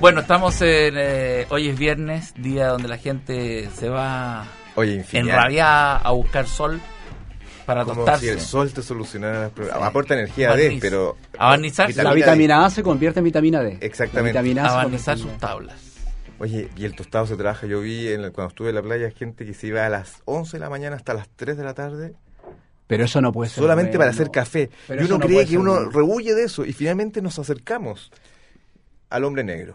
Bueno, estamos en. eh, hoy es viernes, día donde la gente se va Oye, infinidad. enrabiada a buscar sol para Como si tostarse. el sol te solucionara los problemas. Sí. Aporta energía D, Barniz. pero. Abarnizarse. La vitamina A se convierte en vitamina D. Exactamente. La vitamina A se Avanzar convierte en sus tablas. D. Oye, y el tostado se trabaja. Yo vi en el- cuando estuve en la playa gente que se iba a las 11 de la mañana hasta las 3 de la tarde Pero eso no puede ser. solamente para bueno. hacer café. Pero y eso uno no cree puede que ser uno bueno. rehuye de eso. Y finalmente nos acercamos al hombre negro,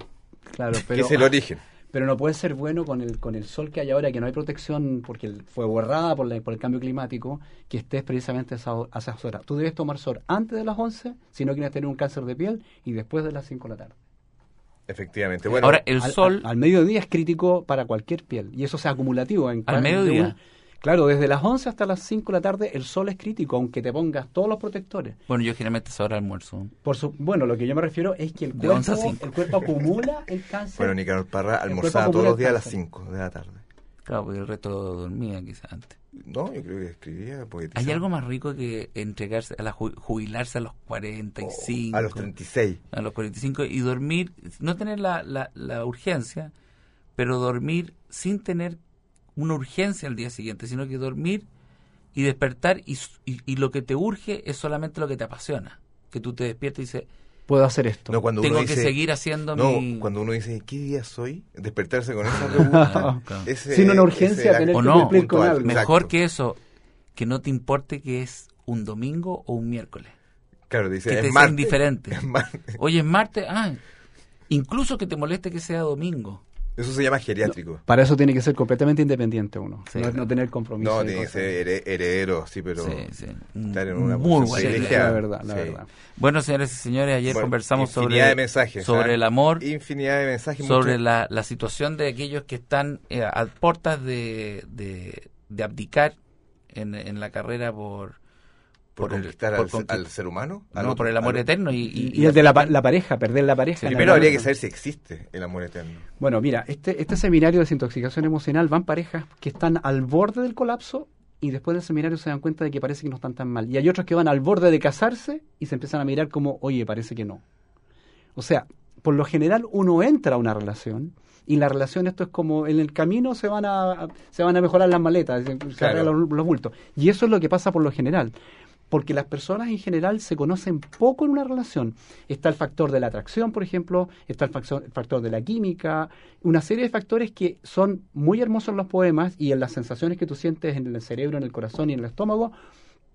Claro, que pero, ah. es el origen. pero no puede ser bueno con el, con el sol que hay ahora, que no hay protección porque el- fue borrada por, la- por el cambio climático, que estés precisamente a esa ho- a esas horas. Tú debes tomar sol antes de las 11, si no quieres tener un cáncer de piel, y después de las 5 de la tarde. Efectivamente. Bueno, Ahora, el al, sol. al- al mediodía es crítico para cualquier piel y eso es acumulativo. En ¿Al en- mediodía? de una- claro, desde las 11 hasta las 5 de la tarde el sol es crítico, aunque te pongas todos los protectores. Bueno, yo generalmente es hora de almuerzo. Por su, bueno, lo que yo me refiero es que el De 11 a cuerpo, 5. el cuerpo acumula el cáncer. bueno Nicanor Parra El almorzaba cuerpo todos los acumula días a las cáncer. 5 de la tarde. Claro, porque el resto dormía quizás antes. No, yo creo que escribía poetizaba. ¿Hay algo más rico que entregarse a la ju- jubilarse a los 45? Oh, A los 36. a los 45 y dormir, no tener la, la, la urgencia, pero dormir sin tener una urgencia al día siguiente, sino que dormir y despertar y, s- y- y lo que te urge es solamente lo que te apasiona. Que tú te despiertes y dices, Puedo hacer esto. No, cuando tengo uno que dice- seguir haciendo No, mi... cuando uno dice, ¿qué día soy? Despertarse con esa pregunta. claro. ese- Sin una ese urgencia era- tener o que no, cumplir con puntual. algo. Me- Mejor Exacto. que eso, que no te importe que es un domingo o un miércoles. Claro, dice, que es te sea martes. indiferente. Es martes. Hoy es martes, ah, incluso que te moleste que sea domingo. Eso se llama geriátrico. Para eso tiene que ser completamente independiente uno, Sí, no, claro. no tener compromiso. No, de tiene que cosas. ser here- heredero, sí, pero Sí, sí. Mm, estar en una Muy posición buena idea. privilegiada. La verdad, la Sí. verdad. Bueno, señores y señores, ayer Bueno, conversamos sobre, infinidad de mensajes, sobre ¿ah? el amor, Infinidad de mensajes. sobre mucho- la, la situación de aquellos que están eh, a puertas de, de, de abdicar en, en la carrera por, por, el- conquistar por al, conquist- al ser humano. al no, otro- por el amor al- eterno. Y, y- Y el de la, pa- la pareja, perder la pareja. Sí, en Primero algún habría que momento. saber si existe el amor eterno. Bueno, mira, este, este seminario de desintoxicación emocional van parejas que están al borde del colapso y después del seminario se dan cuenta de que parece que no están tan mal. Y hay otros que van al borde de casarse y se empiezan a mirar como, oye, parece que no. O sea, por lo general uno entra a una relación y la relación esto es como en el camino se van a, se van a mejorar las maletas, se, se Claro. arreglan los, los bultos. Y eso es lo que pasa por lo general. Porque las personas en general se conocen poco en una relación. Está el factor de la atracción, por ejemplo, está el factor, el factor de la química, una serie de factores que son muy hermosos en los poemas y en las sensaciones que tú sientes en el cerebro, en el corazón y en el estómago,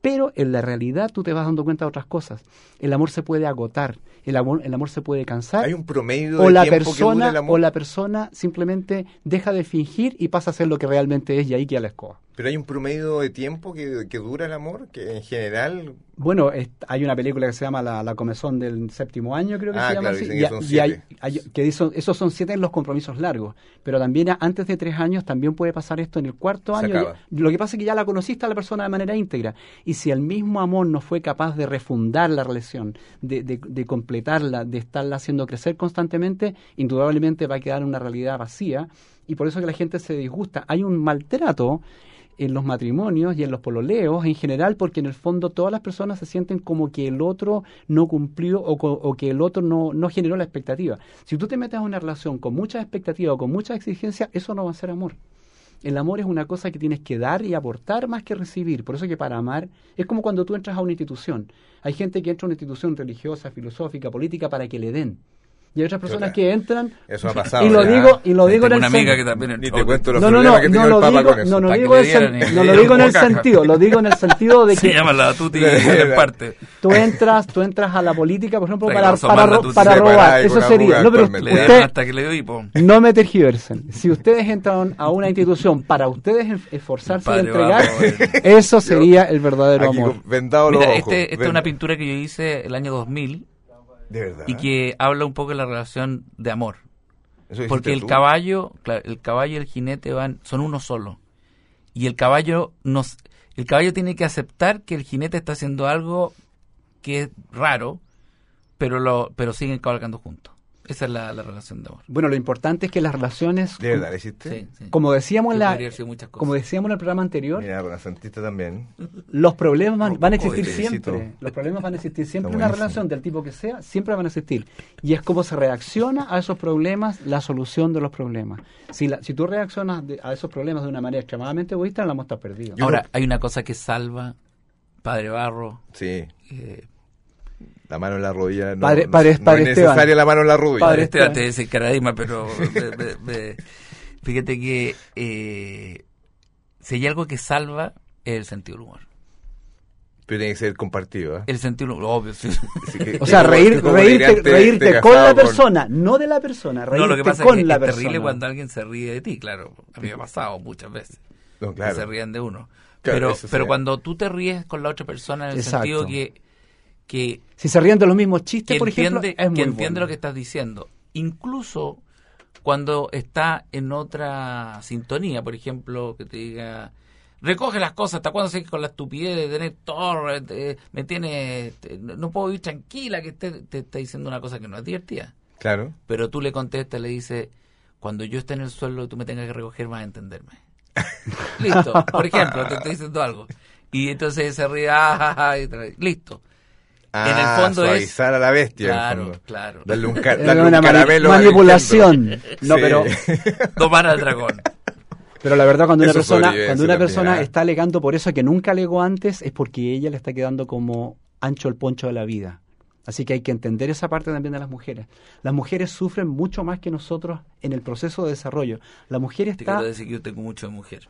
pero en la realidad tú te vas dando cuenta de otras cosas. El amor se puede agotar, el amor, el amor se puede cansar Hay un promedio de Ah, o la tiempo que dura el persona amor. o la persona simplemente deja de fingir y pasa a ser lo que realmente es y ahí queda la escoba. Pero hay un promedio de tiempo que, que dura el amor, que en general Bueno, es- hay una película que se llama La, la comezón del séptimo año, creo que Ah, se llama claro, así. dicen Y, que a- son y hay, siete. hay- que dicen- esos son siete en los compromisos largos, pero también a- antes de tres años también puede pasar esto en el cuarto Se año. acaba. ya- lo que pasa es que ya la conociste a la persona de manera íntegra y si el mismo amor no fue capaz de refundar la relación, de, de- de completarla, de estarla haciendo crecer constantemente, indudablemente va a quedar una realidad vacía y por eso que la gente se disgusta. Hay un maltrato en los matrimonios y en los pololeos en general, porque en el fondo todas las personas se sienten como que el otro no cumplió o, co- o que el otro no, no generó la expectativa. Si tú te metes a una relación con muchas expectativas o con muchas exigencias, eso no va a ser amor. El amor es una cosa que tienes que dar y aportar más que recibir. Por eso que para amar es como cuando tú entras a una institución. Hay gente que entra a una institución religiosa, filosófica, política para que le den. Y hay otras personas Chuta. que entran Eso ha pasado, y lo ¿verdad? digo y lo digo en Tengo el una amiga sen- que también ni te entró- cuento los no, no, problemas no, que ha no tenido lo el Papa digo, con eso. no, no para que digo le en dieran sen- y- no y lo le digo en el bocaron. sentido, lo digo en el sentido de Se que llama la tuti Claro. en parte. tú entras, tú entras a la política, por ejemplo, para, Regaló para, Samantha, ro- tú para te robar, separás eso con la sería. arruga No, pero actualmente. Le dieron usted hasta que le dio hipo. no me tergiversen. Si ustedes entraron a una institución para ustedes en- esforzarse de Padre, entregar, vamos. eh. eso sería el verdadero Aquí amor. con- vendado los Mira, ojos. este- esta es Ven- una pintura que yo hice el año 2000 De verdad. y que habla un poco de la relación de amor. Eso Porque dijiste el tú. caballo, claro, el caballo y el jinete van, son uno solo. Y el caballo nos, el caballo tiene que aceptar que el jinete está haciendo algo que es raro, pero lo, pero siguen cabalgando juntos. Esa es la, la relación de amor. Bueno, lo importante es que las relaciones, ¿De verdad la hiciste? Sí, sí. como decíamos Que en la, podría haber sido muchas cosas. como decíamos en el programa anterior, Mira, renacentista también. los problemas van, van a Ojo, existir te felicito. siempre. Los problemas van a existir siempre. Está Una buenísimo. relación del tipo que sea, siempre van a existir. Y es como se reacciona a esos problemas, la solución de los problemas. Si, la- si tú reaccionas de- a esos problemas de una manera extremadamente egoísta, la mostra perdida. Yo Ahora, creo- hay una cosa que salva Padre Barro. Sí, eh, la mano en la rodilla. No, Padre- no- padre- no padre es Esteban. necesaria la mano en la rodilla. ¿eh? padre Padre Esteban Esteban. te dice el caradima, pero me- me- me- fíjate que eh, si hay algo que salva es el sentido del humor. Pero tiene que ser compartido. ¿eh? El sentido del humor, obvio, sí. Así que- O es sea, como- reír, es como reírte, delirante reírte de con la casado persona, no de la persona, reírte No, lo que pasa es con que es la terrible persona. cuando alguien se ríe de ti, claro. A mí me ha pasado muchas veces. No, que se claro. rían de uno. Claro, pero eso pero sí. cuando tú te ríes con la otra persona en el Exacto. sentido que, que, Si se ríen de los mismos chistes, que por ejemplo, entiende, es muy que entiende bueno. lo que estás diciendo, incluso cuando está en otra sintonía, por ejemplo, que te diga, recoge las cosas, ¿hasta cuándo sigues con la estupidez de tener todo? eh, me tienes, eh, no no puedo vivir tranquila, que te, te está diciendo una cosa que no es divertida. Claro. Pero tú le contestas, le dices, cuando yo esté en el suelo y tú me tengas que recoger, vas a entenderme. Listo, por ejemplo, te estoy diciendo algo. Y entonces se ríe, "Ah, ja, ja", y otra vez. listo. En el Ah, fondo es- suavizar a la bestia. en el Claro, fondo. claro. Darle un, ca- Es darle un una mani- caramelo. al manipulación. intento. No, Sí. pero Tomar al dragón. Pero la verdad, cuando una Eso es persona, sobrevivencia cuando una también, persona ¿ah? está alegando por eso que nunca alegó antes, es porque ella le está quedando como ancho el poncho de la vida. Así que hay que entender esa parte también de las mujeres. Las mujeres sufren mucho más que nosotros en el proceso de desarrollo. La mujer Te está, quiero decir que yo tengo mucho de mujer.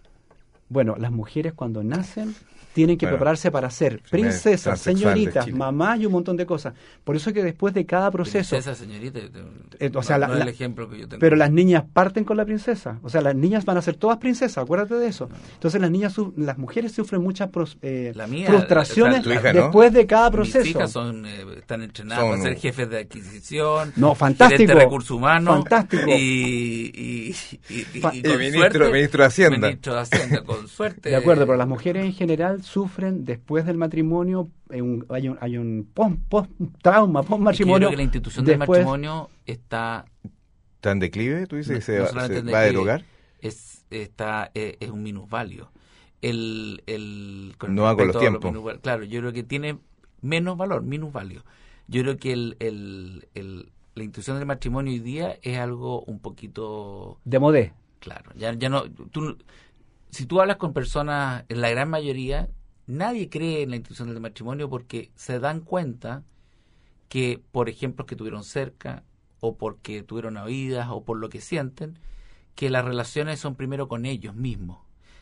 bueno, las mujeres cuando nacen tienen que Bueno, prepararse para ser primer princesas, transexual de señoritas, Chile. mamá y un montón de cosas. Por eso que después de cada proceso, Esa señorita. yo tengo- Eh, o no- sea, la- no es el la- ejemplo que yo tengo. Pero las niñas parten con la princesa. O sea, las niñas van a ser todas princesas, acuérdate de eso. Entonces las niñas, su- las mujeres sufren muchas pros- eh, La mía, frustraciones o sea, tu hija, ¿no? después de cada Mis proceso. hijas son, eh, están entrenadas Son- para ser jefes de adquisición. No, fantástico, gerente de recursos humanos. fantástico. Y, y, y- y- Fa- y Y con ministro, suerte- ministro de Hacienda. Ministro de Hacienda, con suerte. eh, De acuerdo, pero las mujeres en general sufren después del matrimonio, eh, un- hay un, hay un pos- pos- trauma Es post que yo creo matrimonio. que la institución del después, matrimonio está ¿Está en declive? ¿Tú dices que se, No va- solamente se en va a declive. derogar? es está eh, es un minusvalio. El, el No hago los respecto a tiempos. minusval- claro, yo creo que tiene menos valor, minusvalio. Yo creo que el, el, el- la institución del matrimonio hoy día es algo un poquito de modé. Claro, ya, ya no. Tú, no- si tú hablas con personas, en la gran mayoría, nadie cree en la institución del matrimonio porque se dan cuenta que por ejemplos que tuvieron cerca, o porque tuvieron oídas, o por lo que sienten, que las relaciones son primero con ellos mismos.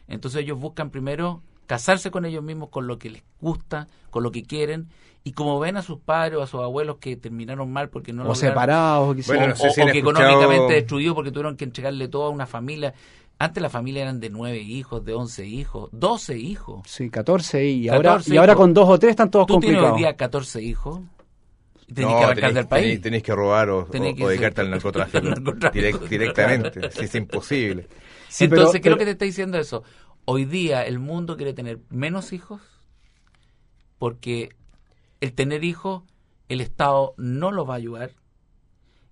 Entonces ellos buscan primero casarse con ellos mismos, con lo que les gusta, con lo que quieren, y como ven a sus padres o a sus abuelos que terminaron mal porque no o lograron separados, quizás. Bueno, o, no sé o- si han o que escuchado- económicamente destruido porque tuvieron que entregarle todo a una familia. Antes la familia eran de nueve hijos, de once hijos, doce hijos. Sí, 14 y ahora, 14, y ahora hijo. con dos o tres están todos Tú tienes hoy complicados. día 14 hijos. y Tenés No, que arrancar tenés- del país. Tenés, tenés que robar o, Tenés o- que o dedicarte ser- al narcotráfico. al narcotráfico, Direct- claro. directamente. Sí, es imposible. Sí, pero- eh, Entonces, ¿qué es lo pero- que te está diciendo eso? Hoy día el mundo quiere tener menos hijos porque el tener hijos, el Estado no los va a ayudar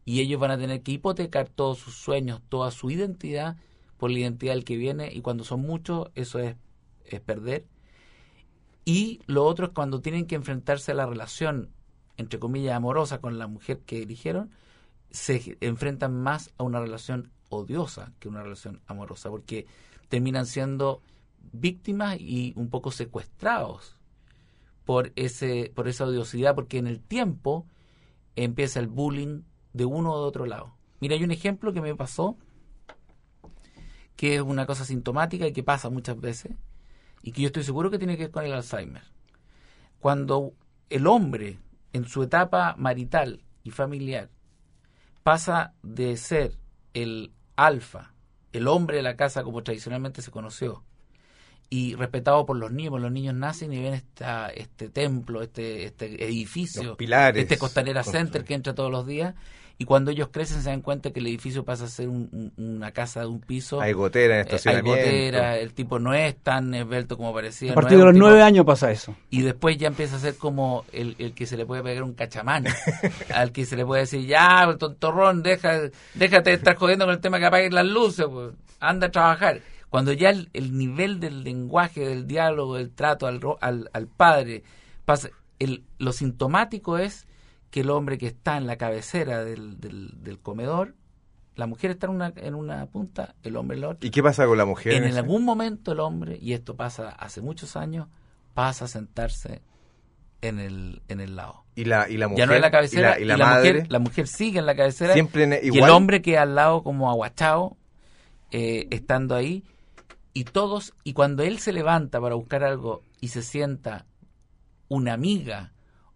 y ellos van a tener que hipotecar todos sus sueños, toda su identidad por la identidad del que viene y cuando son muchos eso es, es perder. Y lo otro es cuando tienen que enfrentarse a la relación, entre comillas, amorosa con la mujer que eligieron, se enfrentan más a una relación odiosa que una relación amorosa, porque terminan siendo víctimas y un poco secuestrados por ese por esa odiosidad, porque en el tiempo empieza el bullying de uno o de otro lado. Mira, hay un ejemplo que me pasó que es una cosa sintomática y que pasa muchas veces y que yo estoy seguro que tiene que ver con el Alzheimer. Cuando el hombre en su etapa marital y familiar pasa de ser el alfa, el hombre de la casa como tradicionalmente se conoció, y respetado por los niños, porque los niños nacen y ven esta, este templo, este, este edificio, Los pilares. este Costanera Center Construir. que entra todos los días, y cuando ellos crecen se dan cuenta que el edificio pasa a ser un- un- una casa de un piso, Hay gotera eh, en hay estacionamiento. gotera, eh, el tipo no es tan esbelto como parecía. A no partir es de un los tipo- nueve años pasa eso. y después ya empieza a ser como el, el que se le puede pegar un cachamán, al que se le puede decir, ya, tontorrón, deja, déjate de estar jodiendo con el tema que apaguen las luces, pues, anda a trabajar. Cuando ya el, el nivel del lenguaje, del diálogo, del trato al, ro- al, al padre, pasa, el, lo sintomático es que el hombre que está en la cabecera del, del, del comedor, la mujer está en una, en una punta, el hombre en la otra ¿Y qué pasa con la mujer? en en ese- algún momento el hombre, y esto pasa hace muchos años, pasa a sentarse en el, en el lado. Y la, y la mujer. ya no es la cabecera, Y la, y la madre. mujer, la mujer sigue en la cabecera siempre en- y igual. el hombre queda al lado como aguachado, eh, estando ahí, y todos, y cuando él se levanta para buscar algo y se sienta una amiga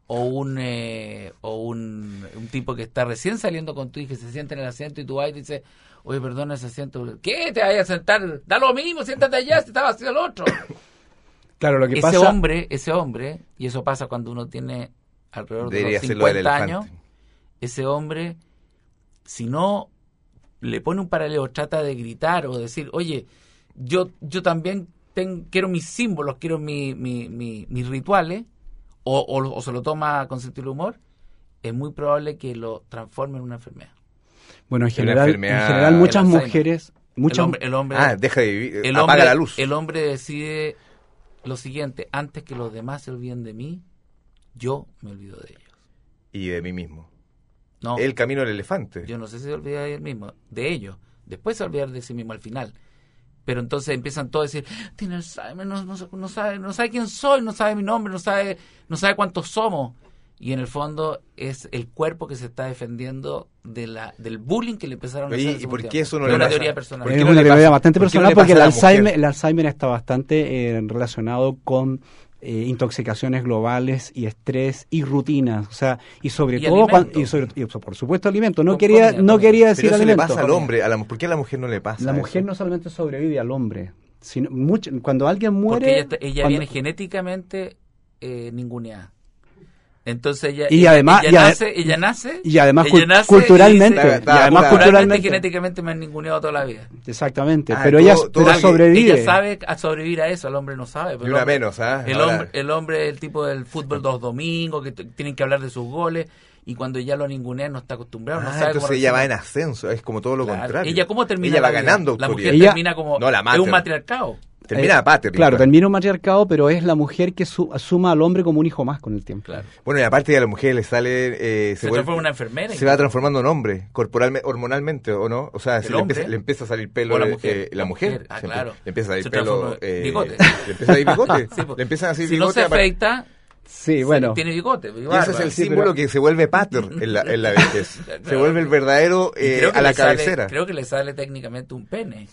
o un eh, o un, un tipo que está recién saliendo con tu hija y se sienta en el asiento y tú vas y dices, oye, perdona ese asiento, ¿qué? Te vayas a sentar, da lo mismo, siéntate allá, si está vacío el otro. Claro, lo que ese pasa. hombre, ese hombre, y eso pasa cuando uno tiene alrededor de Debería los ser lo del 50 elefante. años, ese hombre, si no le pone un paralelo, trata de gritar o decir, oye, yo, yo también ten- quiero mis símbolos, quiero mi- mi- mi- mis rituales, o, o- o se lo toma con sentido humor, es muy probable que lo transforme en una enfermedad. Bueno, en Es una general, en enfermedad- general muchas El Alzheimer. mujeres, El muchas, hombre, el hombre, Ah, deja de vivir. el apaga hombre- la luz. el hombre decide lo siguiente, antes que los demás se olviden de mí, yo me olvido de ellos. Y de mí mismo. No, El camino del elefante. yo no sé si se olvida de él mismo, de ellos. Después se olvida de sí mismo al final. Pero entonces empiezan todos a decir, "Ah, tiene Alzheimer, no, no, no sabe, no sabe quién soy, no sabe mi nombre, no sabe, no sabe cuántos somos. Y en el fondo es el cuerpo que se está defendiendo de la, del bullying que le empezaron a Oye, hacer. ¿y hace un por qué tiempo. eso no Es le una pasa? teoría personal. ¿Por qué eh, es no una le teoría pasa- bastante por qué no personal le porque el pasa a la Alzheimer, mujer? el Alzheimer está bastante eh, relacionado con eh, intoxicaciones globales y estrés y rutinas, o sea, y sobre Y todo cuan- alimento. y sobre y por supuesto alimento. No Con quería comida, no comida. quería Pero decir eso le alimento. pasa al hombre. A la, ¿Por qué a la mujer no le pasa? La mujer eso? no solamente sobrevive al hombre, sino mucho- cuando alguien muere Porque ella, está- ella cuando- viene genéticamente eh, ninguneada. Entonces ella, Y ella- además- ella y ade- nace, ella nace y además ella cul- nace y culturalmente, dice, Está- está- y además está- Culturalmente, culturalmente, genéticamente me han ninguneado toda la vida. exactamente, Ah, pero todo- ella todo pero alguien- sobrevive. Ella sabe a sobrevivir a eso, el hombre no sabe. pero Y una el hombre- menos, ¿ah? El Ahora, hombre, el hombre es el tipo del fútbol de los domingos, que t- tienen que hablar de sus goles, y cuando ya lo ningunean no está acostumbrado, no ah, sabe cómo entonces ella va en reaccionar. ascenso. Es como todo lo Claro. contrario. Ella cómo termina Ella la va vida? ganando La autoridad. mujer Ella- termina como... No, la es un matan. matriarcado. Termina Eh, a Pater. Claro, termina un matriarcado, pero es la mujer que su- suma al hombre como un hijo más con el tiempo. Claro. Bueno, y aparte a la mujer le sale... eh, Se, vuelve- transforma en una enfermera. Se va transformando en hombre, corporalmente, hormonalmente, ¿o no? O sea, se ¿El le hombre? empieza, le empieza a salir pelo. ¿O la eh, mujer? eh, la La mujer. mujer, ah, se empe- claro. Le empieza a salir Se pelo. transforma en eh, bigote. Le empieza a salir bigote. Sí, pues. le empiezan a salir si no bigote. se apare- afeita, Sí, se- bueno, tiene bigote. y bárbaro. ese es el Sí, símbolo pero- que se vuelve pater en la, en la vejez. Se Claro. vuelve el verdadero Y eh, creo que a la le sale- cabecera. creo que le sale técnicamente un pene.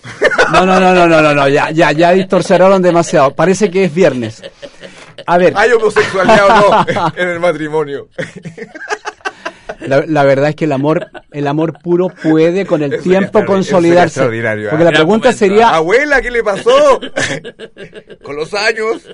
no, no, no, no, no, no, no, ya, ya, ya distorsionaron demasiado. Parece que es viernes. A ver, ¿Hay homosexualidad o no en el matrimonio? la, la verdad es que el amor, el amor puro puede con el Eso sería tiempo extraordi- consolidarse. eso sería extraordinario, Porque ¿eh? la Gran pregunta momento, sería, Abuela, ¿qué le pasó? Con los años.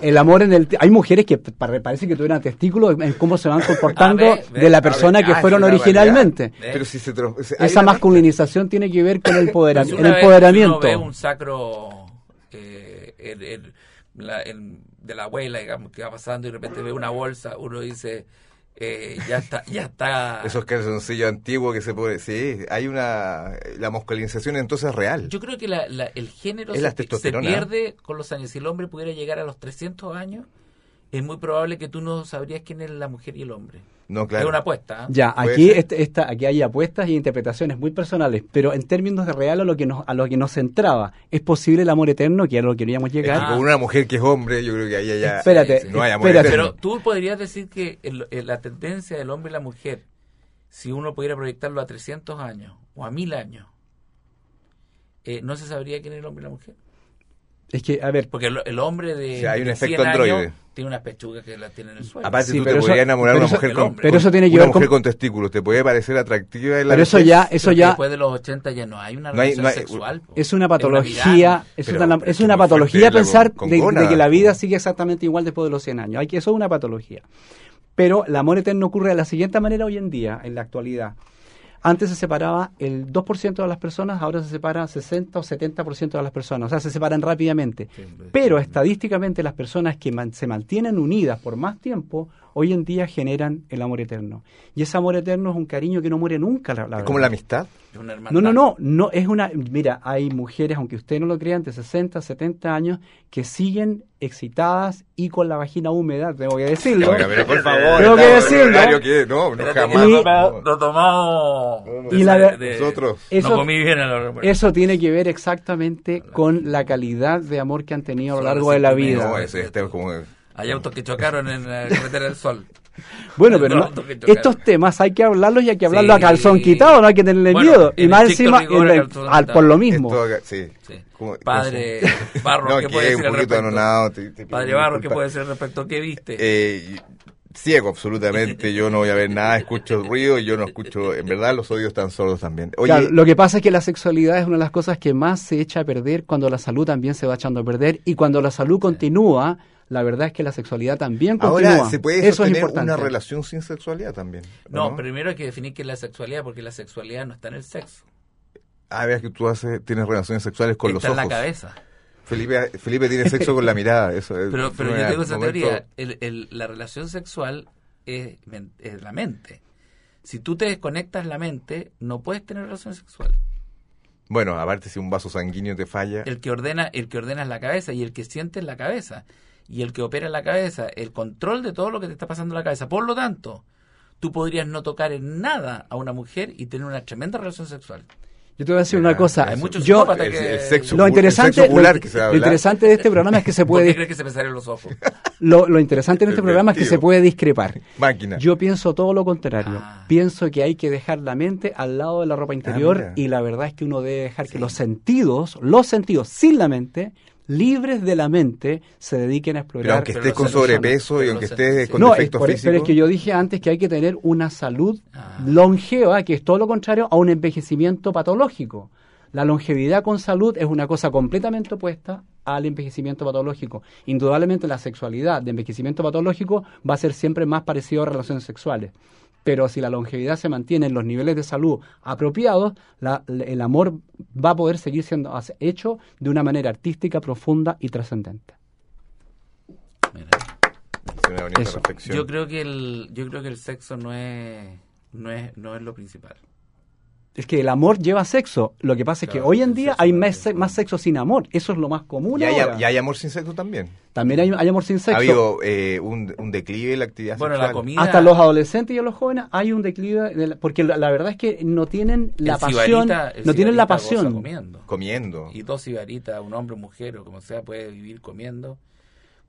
el amor en el, ti- hay mujeres que pa- parece que tuvieran testículos en cómo se van comportando A ver, de a la ver, persona Ah, que es fueron una originalmente. barbaridad. Pero si se tro- se- hay Esa una- masculinización tiene que ver con el, empodera- Si el una vez empoderamiento. uno ve un sacro eh, el- el- la- el- de la abuela digamos, que va pasando y de repente ve una bolsa, uno dice, eh, ya está, ya está. Esos calzoncillos antiguos que se puede. Sí, hay una. La masculinización entonces es real. Yo creo que la- la- el género Es se, la se testosterona. pierde con los años. Si el hombre pudiera llegar a los 300 años, es muy probable que tú no sabrías quién es la mujer y el hombre. no, claro. Es una apuesta. ¿ah? Ya, Puede aquí, ser. este- esta, aquí hay apuestas y interpretaciones muy personales, pero en términos de real a lo que nos, a lo que nos centraba, ¿es posible el amor eterno, que a lo que queríamos Es que llegar? Ah. con una mujer que es hombre, yo creo que ahí ya. espérate, sí, sí. No hay amor espérate. eterno. Pero tú podrías decir que el- el- la tendencia del hombre y la mujer, si uno pudiera proyectarlo a 300 años o a 1000 años, eh, ¿no se sabría quién es el hombre y la mujer? Es que, a ver, Porque el, el hombre de. O sea, hay un de 100 efecto androide. años tiene unas pechugas que las tiene en el suelo. Aparte, Sí, tú te pero podrías eso- enamorar de una pero eso- mujer el con, hombre. pero eso tiene que una ver con... mujer con testículos. Te puede parecer atractiva en la Pero eso vejez. ya, Ah, eso Pero ya Después de los 80 ya no hay una No hay- relación no hay- uh, sexual. po. es una mirada. patología, es Pero- una, pero es es una muy fuerte patología verla con- pensar con de, de gónadas, que la po. vida sigue exactamente igual después de los 100 años. Hay que, eso es una patología. Pero el amor eterno ocurre de la siguiente manera hoy en día, en la actualidad. Antes se separaba el 2% de las personas, ahora se separa 60 o 70% de las personas. O sea, se separan rápidamente. Siempre. Pero estadísticamente las personas que man- se mantienen unidas por más tiempo, hoy en día generan el amor eterno. Y ese amor eterno es un cariño que no muere nunca. la- la Es como la verdad. amistad. Es una hermandad. No, no, no, no, es una, mira, hay mujeres, aunque usted no lo crean, de 60, 70 años, que siguen excitadas y con la vagina húmeda, tengo que decirlo. Oiga, pero por favor. Tengo que estamos en decirlo. un horario que- no, no, Espérate, jamás. que Y- no toma- No. no tomamos. no, Y la de- ver- de- Nosotros. no Eso- comí bien en el aeropuerto. Eso tiene que ver exactamente con la calidad de amor que han tenido a lo Solo largo de la cinco vida. No, ese este es como. Hay autos que chocaron en la carretera del sol. Bueno, pero No, no- no, que tocar. estos temas hay que hablarlos y hay que hablarlos Sí. a calzón quitado, no hay que tenerle Bueno, miedo. en Y más el estricto encima, rigor, en a el- calzón al- por lo mismo. Esto acá, sí. Sí. Como- Padre No, Barro, ¿qué que puede es decir un al poquito respecto? anonado. te- te pido Padre Barro, ¿qué disculpas. puede decir respecto a qué viste? Eh, ciego, absolutamente. Yo no voy a ver nada. Escucho ruido y yo no escucho. En verdad, los oídos están sordos también. Oye, Claro, lo que pasa es que la sexualidad es una de las cosas que más se echa a perder cuando la salud también se va echando a perder y cuando la salud continúa, la verdad es que la sexualidad también continúa. ahora se puede Eso es sostener importante. una relación sin sexualidad también. ¿o no, primero hay que definir qué es la sexualidad, porque la sexualidad no está en el sexo. Ah, veas que tú haces, tienes relaciones sexuales con está los en la ojos. Eh, cabeza. Felipe, Felipe tiene sexo con la mirada. Eso, es- Pero, pero fue yo un tengo esa momento- teoría. el- el- la relación sexual es, men- es la mente. Si tú te desconectas la mente, no puedes tener relación sexual. Bueno, aparte si un vaso sanguíneo te falla, El que ordena, el que ordena es la cabeza y el que siente es la cabeza y el que opera es la cabeza, el control de todo lo que te está pasando en la cabeza. Por lo tanto, tú podrías no tocar en nada a una mujer y tener una tremenda relación sexual. Yo te voy a decir Ah, una cosa. Hay muchos Yo, psicópatas el, que el sexo, lo ocu- el interesante, sexo ocular lo, que se va a lo hablar. interesante de este programa es que se ¿Por qué puede crees que se me salen los ojos? lo, lo interesante en este programa es que se Pervertido. puede discrepar. Máquina. Yo pienso todo lo contrario. Ah. Pienso que hay que dejar la mente al lado de la ropa interior Ah, mira. y la verdad es que uno debe dejar que los sentidos, los sentidos sin la mente, libres de la mente, se dediquen a pero explorar. aunque Pero estés los con sexos- sobrepeso y pero aunque los estés sexos- con sí. no, es defectos por- e-, pero es físicos, que yo dije antes que hay que tener una salud Ah. longeva, que es todo lo contrario a un envejecimiento patológico. La longevidad con salud es una cosa completamente opuesta al envejecimiento patológico. Indudablemente la sexualidad de envejecimiento patológico va a ser siempre más parecido a relaciones sexuales. Pero si la longevidad se mantiene en los niveles de salud apropiados, la- el amor va a poder seguir siendo hace- hecho de una manera artística, profunda y trascendente. Mira, es una bonita Eso. reflexión. yo creo que el yo creo que el sexo no es no es no es lo principal. Es que el amor lleva sexo. Lo que pasa es que Claro, hoy en el día sexo hay no más, es- se- más sexo sin amor. Eso es lo más común. y, hay, ahora. y hay amor sin sexo también. También hay, hay amor sin Ha sexo. habido eh, un, un declive en la actividad Bueno, la sexual. comida Hasta los adolescentes y los jóvenes hay un declive, de la- porque la, la verdad es que no tienen la el pasión, sibarita- el no tienen la sibarita goza pasión. comiendo. Comiendo. y dos cibaritas, un hombre, mujer o como sea, puede vivir comiendo.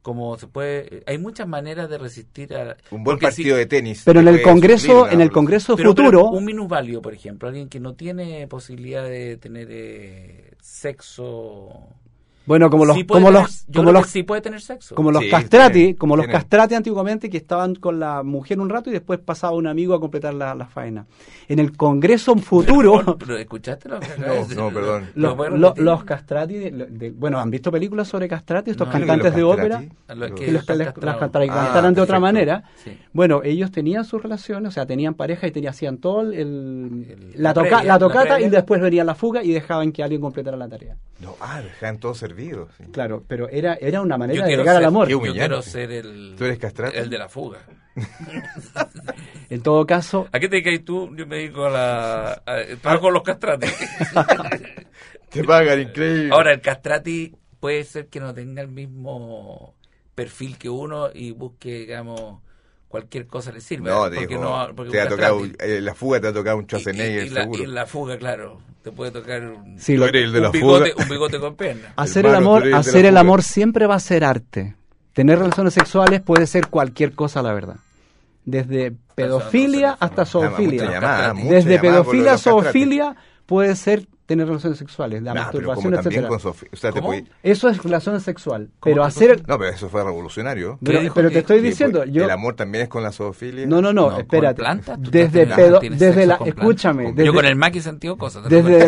Como se puede, hay muchas maneras de resistir a Un buen porque si- partido de tenis. Pero en te el puede suplir Congreso, una en el relación. Congreso pero- pero futuro, un minusválido, por ejemplo, alguien que no tiene posibilidad de tener eh, sexo. bueno, como los, Sí puede como tener- los, yo como creo que los, sí puede tener sexo. como los Sí, castrati, tienen- como los tienen. castrati antiguamente que estaban con la mujer un rato y después pasaba un amigo a completar la, la faena. En el Congreso futuro, Perdón, pero escuchaste lo que acabo de No, decir? no, perdón. ¿Lo Los, puedes lo- repetir? los castrati, de- de- bueno, ¿han visto películas sobre castrati, estos No. Creo que cantantes los de ópera? castrati- A lo Que Sí, los los las castrados. cantaran Ah, cantaran de otra perfecto. manera. Sí. Bueno, ellos tenían sus relaciones, o sea, tenían pareja y tenían, hacían todo el, el- El- la, la toca- previa, la la tocata previa. y después venía la fuga y dejaban que alguien completara la tarea. No, ah, dejan todo servido. sí. Claro, pero era, era una Yo manera de quiero llegar al ser- amor. Qué Yo humillante. quiero ser el, ¿Tú eres castrato? el de la fuga. En todo caso, ¿A qué te caes tú? Yo me dedico a la. a- Ah. trabajo con los castrates. Te pagan, increíble. Ahora, el castrati puede ser que no tenga el mismo perfil que uno y busque, digamos, cualquier cosa le sirve. no, porque dijo, no- porque te un ha tocado, castrati- eh, la fuga te ha tocado un y- y- Schwarzenegger, y la- seguro. y en la fuga, claro. Te puede tocar un, sí, lo- Tú eres el de un la fuga. bigote, un bigote con pierna. hacer el Hermano, tú amor, eres de la hacer el fuga. amor siempre va a ser arte. Tener relaciones sexuales puede ser cualquier cosa, la verdad. Desde pedofilia hasta teléfono. Nada más, mucha zoofilia. llamada, mucha Desde llamada por lo de pedofilia a los castrates. zoofilia puede ser tener relaciones sexuales, Nah, la pero masturbación, como también etcétera. con Sofía. O sea, te ¿Cómo? podí- Eso es relación sexual. ¿Cómo Pero que hacer. No, pero eso fue revolucionario. ¿Qué Pero, dijo? pero ¿Qué- te estoy Sí, diciendo, pues, yo. ¿El amor también es con la zoofilia? No, no, no, con espérate. plantas, tú desde estás teniendo- pedo, tienes desde sexo la, con plantas. escúchame, Con- desde, Yo con el Maki sentido cosas. te lo cuento. desde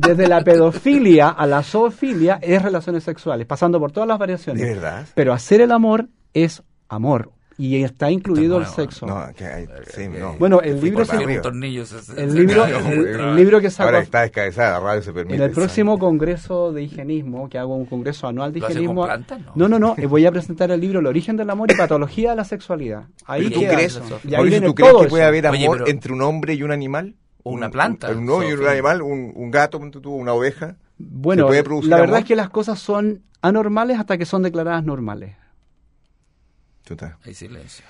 la, desde la pedofilia a la zoofilia es relaciones sexuales, pasando por todas las variaciones. ¿De verdad? Pero hacer el amor es amor y está incluido el nuevo, sexo. No, que hay- sí, no. Bueno, el Fui por libro se- Tiene un arriba. tornillo, se- se- El se- libro, se- el, se- el libro que Ahora saco está descabezada, la radio se permite. en el próximo congreso de higienismo, que hago un congreso anual de ¿Lo hace con higienismo. plantas? No. No, no, no, eh, voy a presentar el libro El origen del amor y patología de la sexualidad. Ahí ¿Pero tú queda crees- eso. Y Mauricio, ahí Mauricio, viene ¿tú crees todo que puede eso. haber amor Oye, pero- entre un hombre y un animal? O una Un- planta, Un, no, y un zoofilia. animal, un, un gato, ponte tú, una oveja. Bueno, ¿Se puede producir la verdad amor? es que las cosas son anormales hasta que son declaradas normales. Chuta. Hay silencio.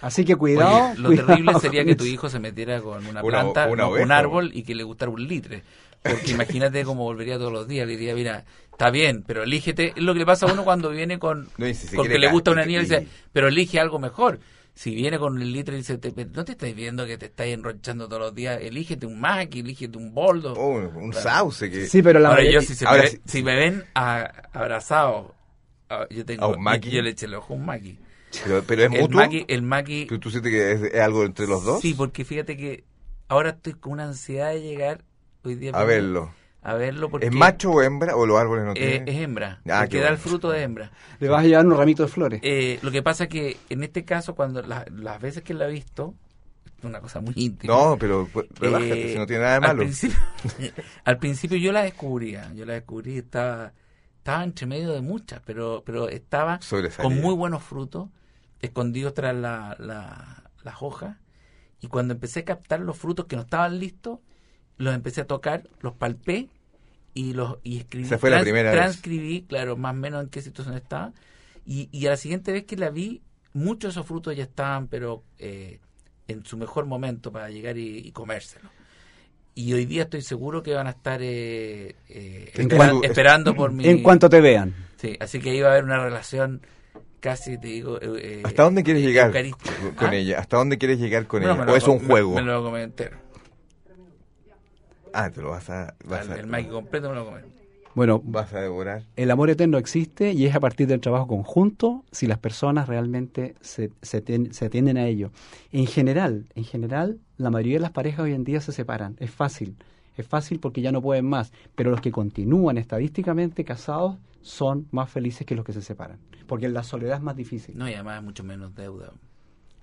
Así que Oye, cuidado. lo cuidado terrible sería con que tu eso. hijo se metiera con una Una- planta, una no, con un oveja, árbol y que le gustara un litre. Porque imagínate cómo volvería todos los días. Le diría, mira, está bien, pero elígete. Es lo que le pasa a uno cuando viene con. No, y si se porque quiere le gusta ca- una y- niña y dice, y- pero elige algo mejor. Si viene con el litre y dice, te- ¿no te estáis viendo que te estáis enrochando todos los días? Elígete un Mac, elígete un boldo. Oh, un sauce que... Sí, pero la Ahora, yo, mayoría- si, se ahora me, sí. si me ven a- abrazado, a- yo tengo. ¿A un maqui? Yo le eché el ojo a un maqui. Pero, pero es El mutuo. maqui, el maqui ¿Tú, tú sientes que es, es algo entre los dos? Sí, porque fíjate que ahora estoy con una ansiedad de llegar hoy día A verlo. A verlo porque ¿Es macho o hembra? ¿O los árboles no eh, tienen? es hembra. Ah, porque qué da el bueno. fruto de hembra. Le vas a llevar un ramito de flores. Eh, lo que pasa es que en este caso, cuando la- las veces que la he visto, es una cosa muy íntima. No, pero pues, Eh, relájate, si no tiene nada de Al malo. principio, al principio yo la descubría, yo la descubrí, estaba, estaba entre medio de muchas, pero, pero estaba Sobresalía. con muy buenos frutos, escondidos tras la- la- las hojas, y cuando empecé a captar los frutos que no estaban listos, los empecé a tocar, los palpé y los y escribí. Esa fue la primera vez. Transcribí, claro, más o menos en qué situación estaba. Y, y a la siguiente vez que la vi, muchos de esos frutos ya estaban, pero eh, en su mejor momento para llegar y, y comérselos. Y hoy día estoy seguro que van a estar eh, eh, En espera- cuanto- esperando por mi... En cuanto te vean. Sí, así que ahí va a haber una relación casi, te digo... eh, eh, ¿Hasta dónde quieres llegar Eucaristía. con- con ¿Ah? ella? ¿Hasta dónde quieres llegar con Bueno, me ella? lo ¿O va es a un com- juego? Me, me lo voy a comer entero. Ah, te lo vas a... Vas el, a, el Mike completo me lo voy a comer. Bueno, vas a devorar. el amor eterno existe y es a partir del trabajo conjunto si las personas realmente se, se, ten- se atienden a ello. En general, en general, la mayoría de las parejas hoy en día se separan. Es fácil. Es fácil porque ya no pueden más. Pero los que continúan estadísticamente casados son más felices que los que se separan. Porque la soledad es más difícil. No, y además mucho menos deuda.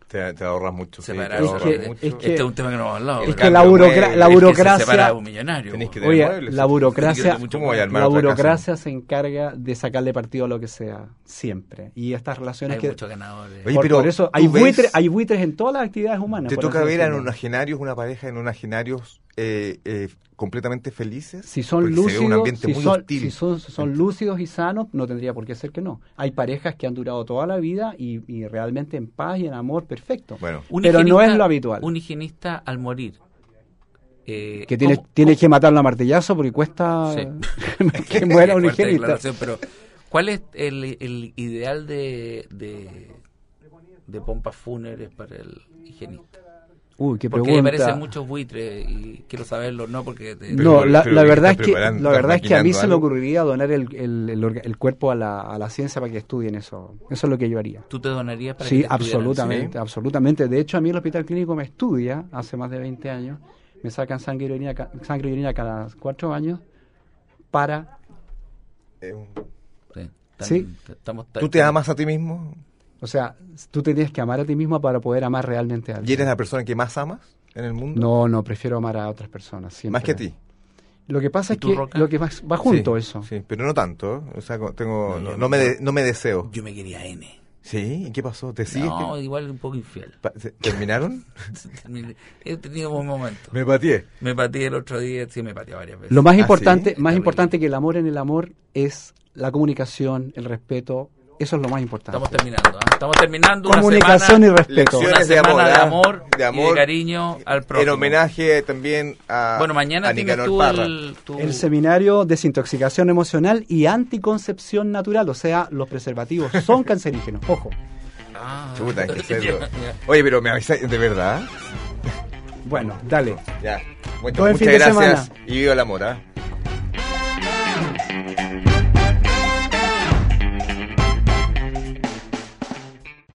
Te, te ahorras mucho. sí, Separar. te ahorras Es que- mucho. es que- Este es un tema que no hemos hablado. El Es pero- que la, cambio burocra- mueve- la es que se Es que se burocracia... separa un millonario. Tenés que po. tener Oye, muebles, la sí. burocracia- ¿Cómo voy a armar La otra casa? burocracia se encarga de sacarle partido a lo que sea, siempre. Y estas relaciones Hay que... muchos ganadores. Oye, por, pero por eso ¿tú hay ves? buitres, hay buitres en todas las actividades humanas. ¿Te por toca así ver a decirlo. nonagenarios, una pareja de nonagenarios eh, eh, completamente felices? Si son Porque Se ve un lúcidos, ambiente si muy son, hostil. si son- si son lúcidos y sanos, no tendría por qué ser que no. Hay parejas que han durado toda la vida y, y realmente en paz y en amor perfecto. Bueno, Un Pero no higienista- es lo habitual. Un higienista al morir. eh, que tienes ¿cómo- tienes que matarlo a martillazo porque cuesta Sí. que muera un Fuerte higienista. declaración, Pero, ¿cuál es el, el ideal de, de, de pompas fúnebres para el higienista? Uy, qué Porque ahí pregunta. aparecen muchos buitres y quiero saberlo, ¿no? Porque te- Pero- No, la, pero la que verdad es está que preparando, la está verdad es que a mí maquinando se me algo. ocurriría donar el, el- el orga- el cuerpo a la, a la ciencia para que estudien eso. Eso es lo que yo haría. tú te donarías para que Sí, te estudiaran. absolutamente, absolutamente. De hecho, a mí el hospital clínico me estudia hace más de 20 años. Me sacan sangre y orina, ca- sangre y orina cada cuatro años para... es un- Sí, tan- Sí. estamos tan- eh, ¿tú te amas a ti mismo? O sea, tú te tienes que amar a ti mismo para poder amar realmente a alguien. ¿Y eres la persona que más amas en el mundo? No, no, prefiero amar a otras personas. siempre. Más que a ti. Lo que pasa ¿Y es tú, que Roca? lo que va, va junto Sí, eso. Sí, pero no tanto. ¿eh? O sea, co- tengo, No, no, yo no me no. de- no me deseo. Yo me quería N. ¿Sí? ¿Y qué pasó? ¿Te sigues? No, igual un poco infiel. Pa- se- ¿Terminaron? He tenido un momento. me pateé. Me pateé el otro día, sí, me pateé varias veces. Lo más Ah, sí, importante, más terrible. importante que el amor en el amor es la comunicación, el respeto. Eso es lo más importante. Estamos terminando. ¿ah? Estamos terminando una comunicación y semana, respeto. lección. una Lecciones de semana de, amor, ¿ah? amor, y De amor. de cariño al En prójimo. homenaje también a, Bueno, mañana a tienes Nicanor tú Ah, Parra. el, tu- El seminario Desintoxicación Emocional y Anticoncepción Natural, o sea, los preservativos son cancerígenos. Ojo. Ah. Chuta, hay que hacerlo. Ya, ya. Oye, pero me avisáis, ¿de verdad? Bueno, dale. Ya. Muchas, Buen muchas fin de gracias semana. y viva ¿ah? la mora.